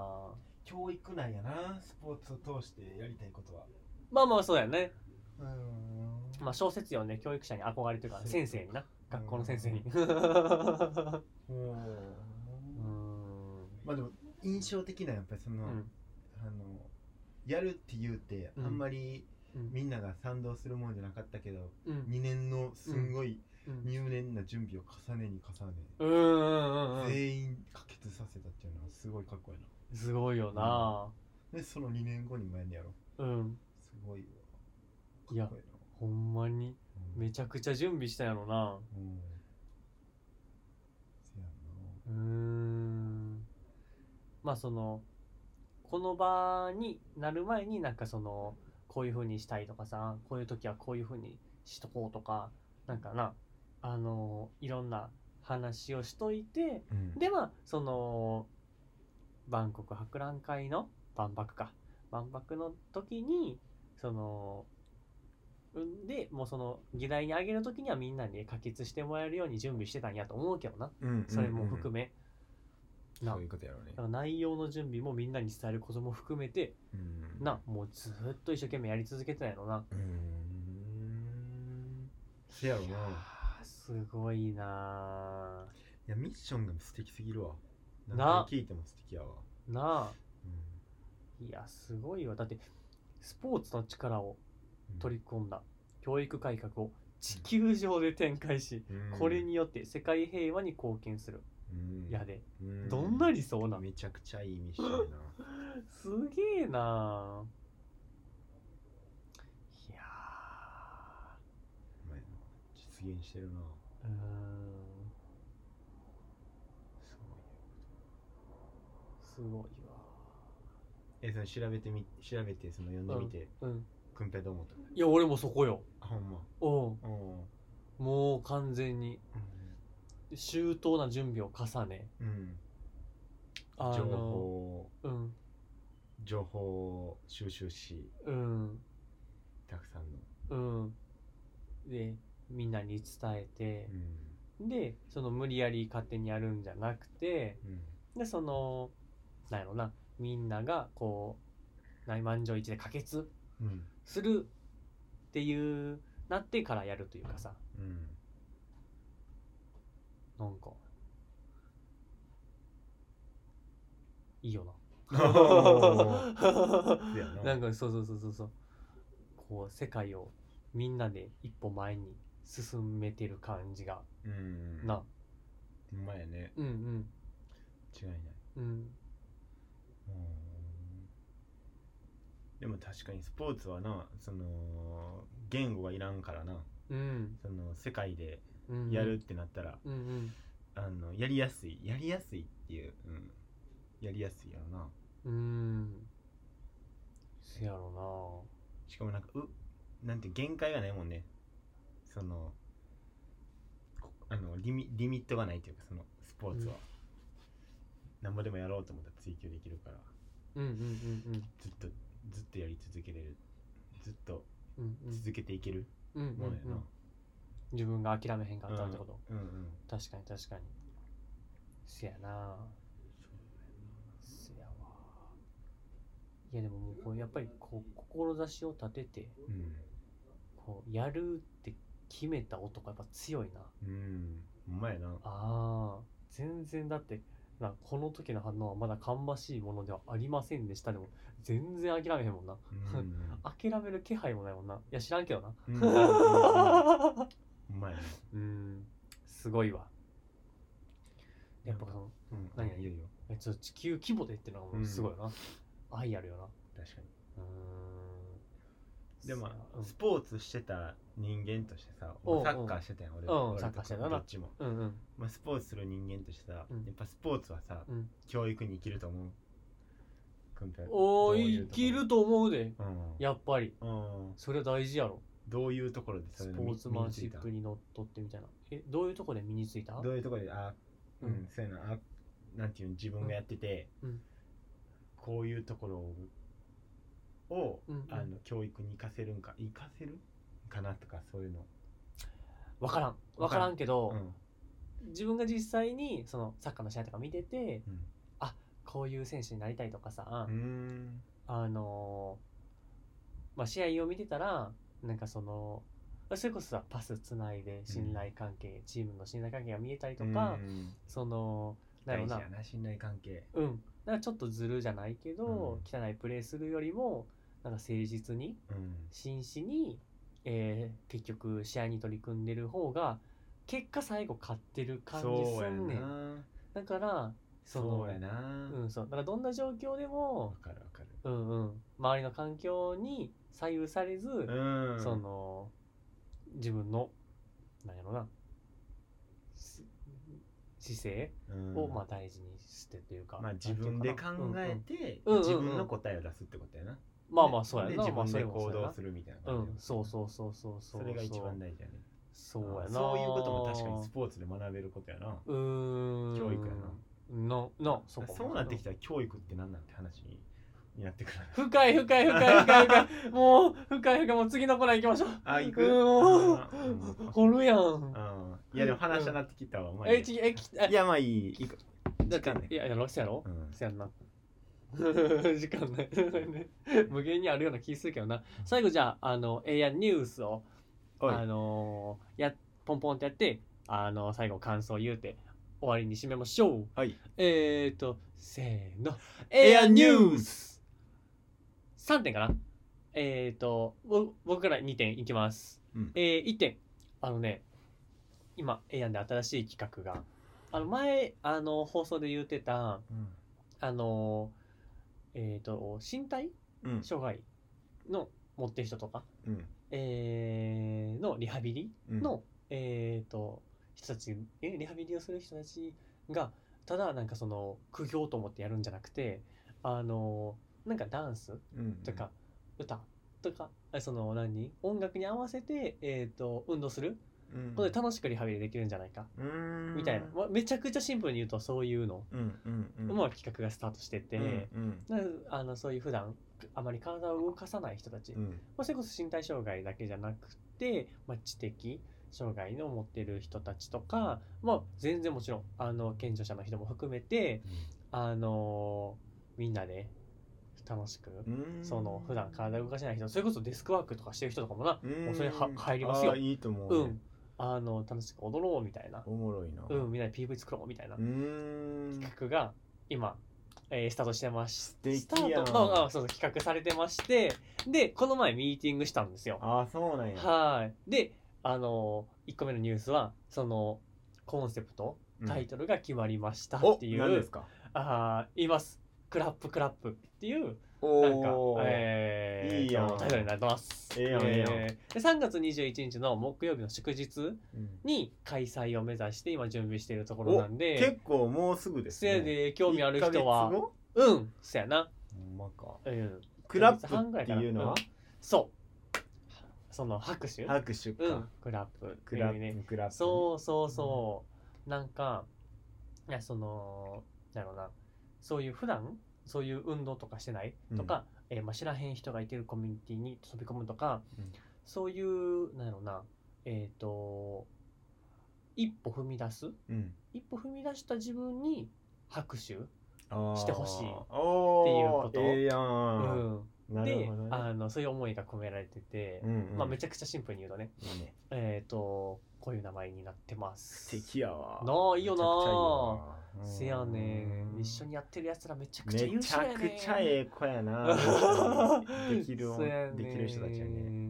教育なんやなスポーツを通してやりたいことはまあまあそうだよねうんまあ、小説よね教育者に憧れてるからねそう先生にな学校の先生に うんうまあでも印象的なやっぱりその、んあのやるって言うて、うんあんまりうんみんなが賛同するもんじゃなかったけど、うん2年のすんごいうん入念な準備を重ねに重ね、うんうんうんうん全員可決させたっていうのはすごいかっこいいなすごいよなでその2年後にもやんねやろうんすごいよいやかっこなほんまにうんめちゃくちゃ準備したやろなうんせやうーんまあそのこの場になる前になんかそのこういう風にしたいとかさこういう時はこういう風にしとこうとかなんかなあのいろんな話をしといてなうんでまあその万国博覧会の万博か万博の時にそのうんでもうその議題に挙げる時にはみんなに可決してもらえるように準備してたんやと思うけどなうんそれも含め、うんなそういうことやろうねだから内容の準備もみんなに伝えることも含めてうんなもうずっと一生懸命やり続けてたんやろなうんせやろいやなーすごいないやミッションが素敵すぎるわな何回聞いても素敵やわ、ーなあうんいやすごいよだってスポーツの力をうん取り込んだ教育改革を地球上で展開し、これ、によって世界平和に貢献する、うんや、でうどんな理想なのめちゃくちゃいいミッションやなすげえなあいやーお前実現してるなうーんすごすいよごいわえその調べてみ調べてその読んでみて、うんくんぺいどう思ったいや俺もそこよあほんまうんうんもう完全に周到な準備を重ねうんあ情の報うん情報収集しうんたくさんのうんでみんなに伝えて、でその無理やり勝手にやるんじゃなくてうんでそのなんやろなみんながこう内満場一致で可決うんするっていうなってからやるというかさうんなんかいい よなおーやななんかそうそうそうそうそうこう世界をみんなで一歩前に進めてる感じがうんなほんまやねうん違いないうんうんうんでも確かにスポーツはなその言語がいらんからなうんその世界でうんやるってなったら、うんうんあのやりやすいやりやすいっていう、うん、やりやすいやろなうんせやろしかもなんかうなんて限界がないもんねそのこあのリミリミットがないというかそのスポーツは、なん、何ぼでもやろうと思ったら追求できるからなうんうんうんずっとずっとやり続けれるずっとうんうんうん続けていけるうんうんもんやうな、ん自分が諦めへんかったってこと、うんうん確かに確かにせやなせやわいやでももうこうやっぱりこう志を立ててうんこうやるって決めた男やっぱ強いなうんうまいなあー全然だってなこの時の反応はまだ芳しいものではありませんでしたでも全然諦めへんもんなうん諦める気配もないもんないや知らんけどなうんうん うんうまいなうんすごいわやっぱそのうん何いいよいいよえっと地球規模でってのがもうすごいよな、愛あるよな確かにうーんでもうんスポーツしてた人間としてさおうおうサッカーしてたやん俺うん俺サッカーしてたなどっちも、うんうんまあ、スポーツする人間としてさ、うんやっぱスポーツはさ、うん教育に生きると思う君たちおどういー生うところきると思うでうんやっぱりうんそれは大事やろどういうところでそスれポーツマンシップににのっとってみたいなえどういうとこで身についたどういうところであうん、うんそういうのあなんていうの自分がやってて、うんうんこういうところをを、うんうんあの教育に生かせるんか生かせるかなとかそういうの分からん分からんけど、うん自分が実際にそのサッカーの試合とか見ててうんこういう選手になりたいとかさ、うーんあのーまあ試合を見てたらなんかそのそれこそさパスつないで信頼関係、チームの信頼関係が見えたりとか、うんそのなんやろ大事なやな信頼関係うん、なんかちょっとずるじゃないけど、汚いプレーするよりもなんか誠実にうん真摯に、えー結局試合に取り組んでる方が結果最後勝ってる感じそうすやんねんなだからそのそうやなうわんそうだからどんな状況でも、かるわかるうんうん、周りの環境に左右されず、うんその自分のなんやろなし姿勢うんをまあ大事にしてというか、まなあんてい自うかな分で考えてうんうん自分の答えを出すってことやなまあまあそうやでな、自まあ分そでれも行そうや動なするみたいなう感じん、そうそうそうそうそうそれが一番大事やねそうやなそういうことも確かにスポーツで学べることやなうーん教育やなののそこそうなってきたら教育って何なんて話にになってくる深い深い深い深い深 いもう深い深いもう次のコーナー行きましょうあ行くうわあうん掘るやんうんいやでも話したなってきたわお前えちえきえいやまあいい行くだっ時間ねていややろせやろうんせやんな 時間ない 無限にあるような気するけどな最後じゃああのえいやニュースをおいあのーやポンポンってやって、あのー最後感想言うて終わりに締めましょう。はいえーと、せーの。エアニュース !3 点かなえーと、ぼ僕から2点いきます。うんえー1点。あのね、今、エアンで新しい企画が、あの前、あの放送で言ってた、うんあのーえーと、身体うん障害の持ってる人とか、うんえーのリハビリうんの、えー、と人たちえリハビリをする人たちがただなんかその苦行と思ってやるんじゃなくてあのなんかダンスうんとか歌とか、えその何音楽に合わせて、えー、と運動するうんことで楽しくリハビリできるんじゃないか、うーんみたいな、まあめちゃくちゃシンプルに言うとそういうのうんうんうんの企画がスタートしてて、うんなあのそういう普段あまり体を動かさない人たちうんうんまあ、それこそ身体障害だけじゃなくて、まあ、知的障害の持ってる人たちとか、まあ、全然もちろんあの健常者の人も含めて、あのーみんなで楽しくうーんその普段体動かせない人それこそデスクワークとかしてる人とかもなうーんもうそれは入りますよあーいいと思ううねんあの楽しく踊ろうみたいなおもろいなうんみんなで PV 作ろうみたいなうーん企画が今、えースタートしてまし素敵やんスタートまああそうそう企画されてましてでこの前ミーティングしたんですよああそうなんやはいであの1個目のニュースはそのコンセプトうんタイトルが決まりましたおっていう、何ですかああ言いますクラップクラップっていうなんかおお、えーいいやんタイトルになってますええやんええやんで3月21日の木曜日の祝日うんに開催を目指して今準備しているところなんで結構もうすぐですせやで興味ある人1ヶは月後うんそやなほんまかうんクラップっていうのうはんそうその拍手拍手か、うんクラップってクいうラ意味ねップクラップそうそうそう、なんかいやそのなんやろうなそういう普段そういう運動とかしてないとか、えーまあ、知らへん人がいてるコミュニティに飛び込むとか、うんそういうなんやろうなえっ、と一歩踏み出すうん一歩踏み出した自分に拍手、ししてほしいおーっていうことええや、うんん、なるでほどねあのそういう思いが込められてて、うんうんまあ、めちゃくちゃシンプルに言うとねいいねえっ、とこういう名前になってます素敵やわなあいいよなめちゃくちゃいいなせやねんうん一緒にやってるやつらめちゃくちゃ優めちゃ秀やねんくちゃええ子や なできるそうやねんできる人たちやね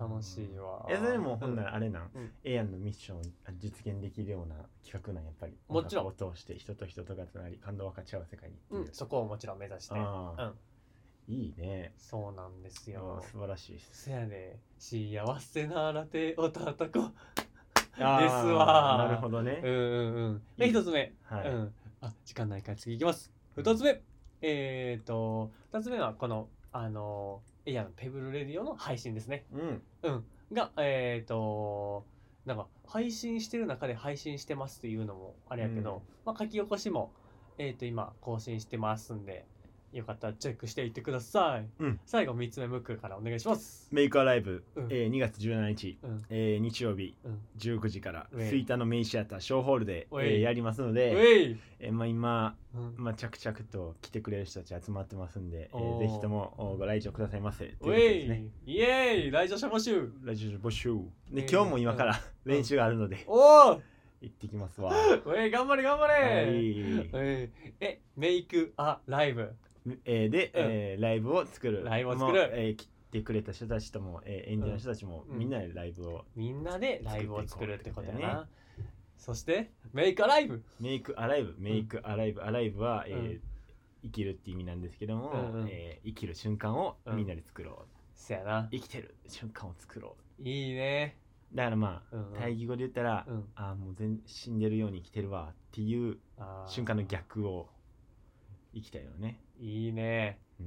楽しいわえそれもほんならあれなん、うんエアンのミッションを実現できるような企画なんやっぱりもちろん音楽を通して人と人とがつながり感動を分かち合う世界にってういんう、そこをもちろん目指してああうんいいねそうなんですいやよ素晴らしいですせやねん幸せなら手を叩こうですわなるほどうね、んうんうんで一つ目はい、うん、あ時間ないから次いきます2つ目えっ、と2つ目はこのあのエイヤのペブルレディオの配信ですねうんうんがえっ、となんか配信してる中で配信してますっていうのもあれやけど、うんまあ、書き起こしもえっ、と今更新してますんでよかったらチェックしていってください、うん最後3つ目ムックからお願いしますメイクアライブ、うんえー、2月17日、うんえー、日曜日うん19時からうえい吹田のメインシアター小ホールで、えうえいー、やりますのうで、えい、えーまあ、今、うん、まあ、着々と来てくれる人たち集まってますんで、えおーー、ぜひともおご来場くださいませということうですねえいイエーイ来場者募集来場者募集で、えー今日も今から、ん練習があるので、おお行ってきますわ、うえい頑張れ頑張れ、はいうんえ、メイクアライブ。えーで、えーライブを作るライブを作るもうえー来てくれた人たちとも、えー、演者の人たちも、うんみんなでライブをみんなでライブを作るってことや作っていこな。そして、メイクアライブ。メイクアライブメイクアライブ、アライブは、えーうん生きるって意味なんですけども、うんうんえー生きる瞬間をみんなで作ろう、そやな。生きてる瞬間を作ろいいね。うだからまあ、うんうん対義語で言ったら、うんああもう全死んでるように生きてるわっていうあー瞬間の。逆を生きたいよねいいね。うん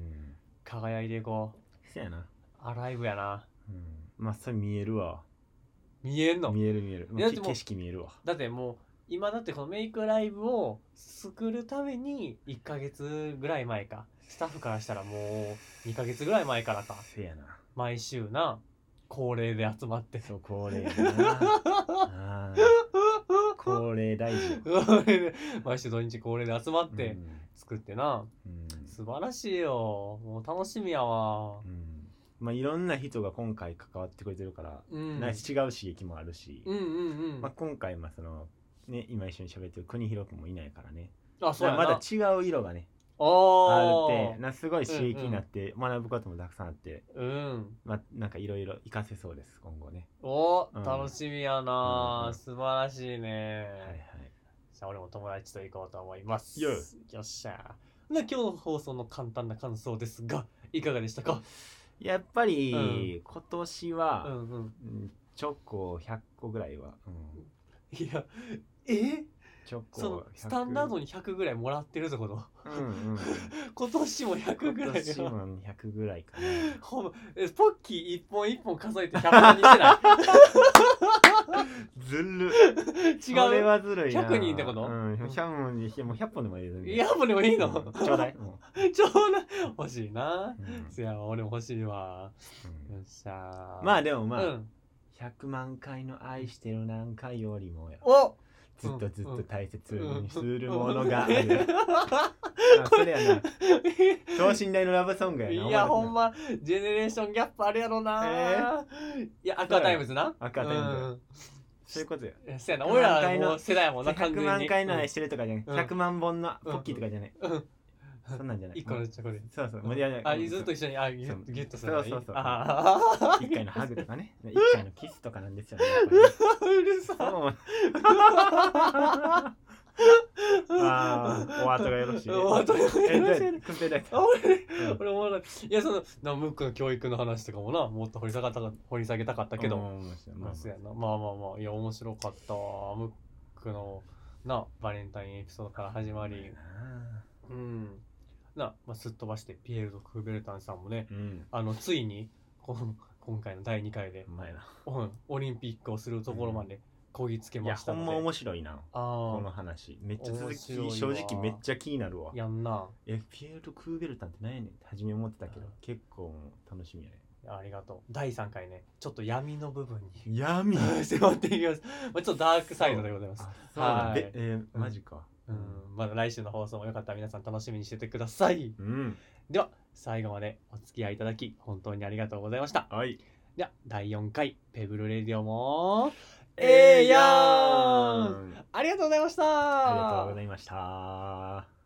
輝いていこそやな、う。アライブやな。うん、まあそれ見えるわ見えんの。見える見える、いやもうでけも景色見えるわだってもう、今だってこのメイクアライブを作るために1ヶ月ぐらい前か。スタッフからしたらもう2ヶ月ぐらい前からか。せや な毎週な、恒例で集まって。そうこれやなあーこれ大事よ 毎週土日恒例で集まってうん作ってな。うん素晴らしいよもう楽しみやわうんまあいろんな人が今回関わってくれてるから、うんな違う刺激もあるし、うんうんうん、まあ、今回まあそのね今一緒に喋ってる国広くんもいないからねあそうやなまだ違う色がねあおるっーてなすごい刺激になって学ぶこともたくさんあって、うんまあ、なんかいろいろ活かせそうです今後ねお、うん楽しみやな、うんうん素晴らしいね、はいはいじゃあ俺も友達と行こうと思いますよよっしゃで今日の放送の簡単な感想ですがいかがでしたかやっぱうり、今年うは、んうんうんチョコ100個ぐらいは、うんいやえチョコその100スタンダードに100ぐらいもらってるってことうんうん 今年も100ぐ今らい年はも100ぐらい かなほんまえポッキー1本1本数えて100にしてないずる 違うそれはずるいな100人ってことうん100本にもう100本でもいいのにいやもうでもいいの、うんちょうだいも ちょうだい欲しいなう、うんうんせやわ俺も欲しいわよっしゃーまあでもまあ、うん、 100万回の愛してる何回よりもやおずっとずっうんうとん大切うんにするものがあ るあそれやな等身大のラブソングやないやほんまジェネレーションギャップあるやろな、いやアクアタイムズなアクアタイムズそういうことよズ、うん、そうやな俺らはもう世代やもんな完100全に万回の愛してるとかじゃない、うん100万本のポッキーとかじゃない、うんうんそんなんじゃない一個のチョコレートそうそうもういやいやあずっと一緒にあゲッそトうゲットするのにそうそうそうあー一回のハグとかね一回のキスとかなんですよねやっ うるさぱりねそうあーお後がよろし いお後がよろしいえどうやってくんでないあ俺うん俺おもろいいやそのなムックの教育の話とかもなもっと掘り下げたか掘り下げたかったけど、うん面白いままああ、そうやなまあまあまあいや面白かったわムックのなバレンタインエピソードから始まりうんな、まあ、すっ飛ばしてピエールとクーベルタンさんもねうんあのついにこの今回の第2回でう、まいなうんオリンピックをするところまでこぎつけいまやしたほのでんま面白いなこのあ話めっちゃ続き面白い正わ直めっちゃ気になるわあやんなえピエール・クーベルタンって何やねんって初め思ってたけどうん結構もう楽しみやねありがとう第3回ねちょっと闇の部分に闇 迫っていきます、まあ、ちょっとダークサイドでございますあそうなんだはいでえーマジかうんまだ来週の放送もよかったら皆さん楽しみにしててくださいうんでは最後までお付き合いいただき本当にありがとうございましたはいでは第4回ペブルレディオもええやありがとうございましたありがとうございました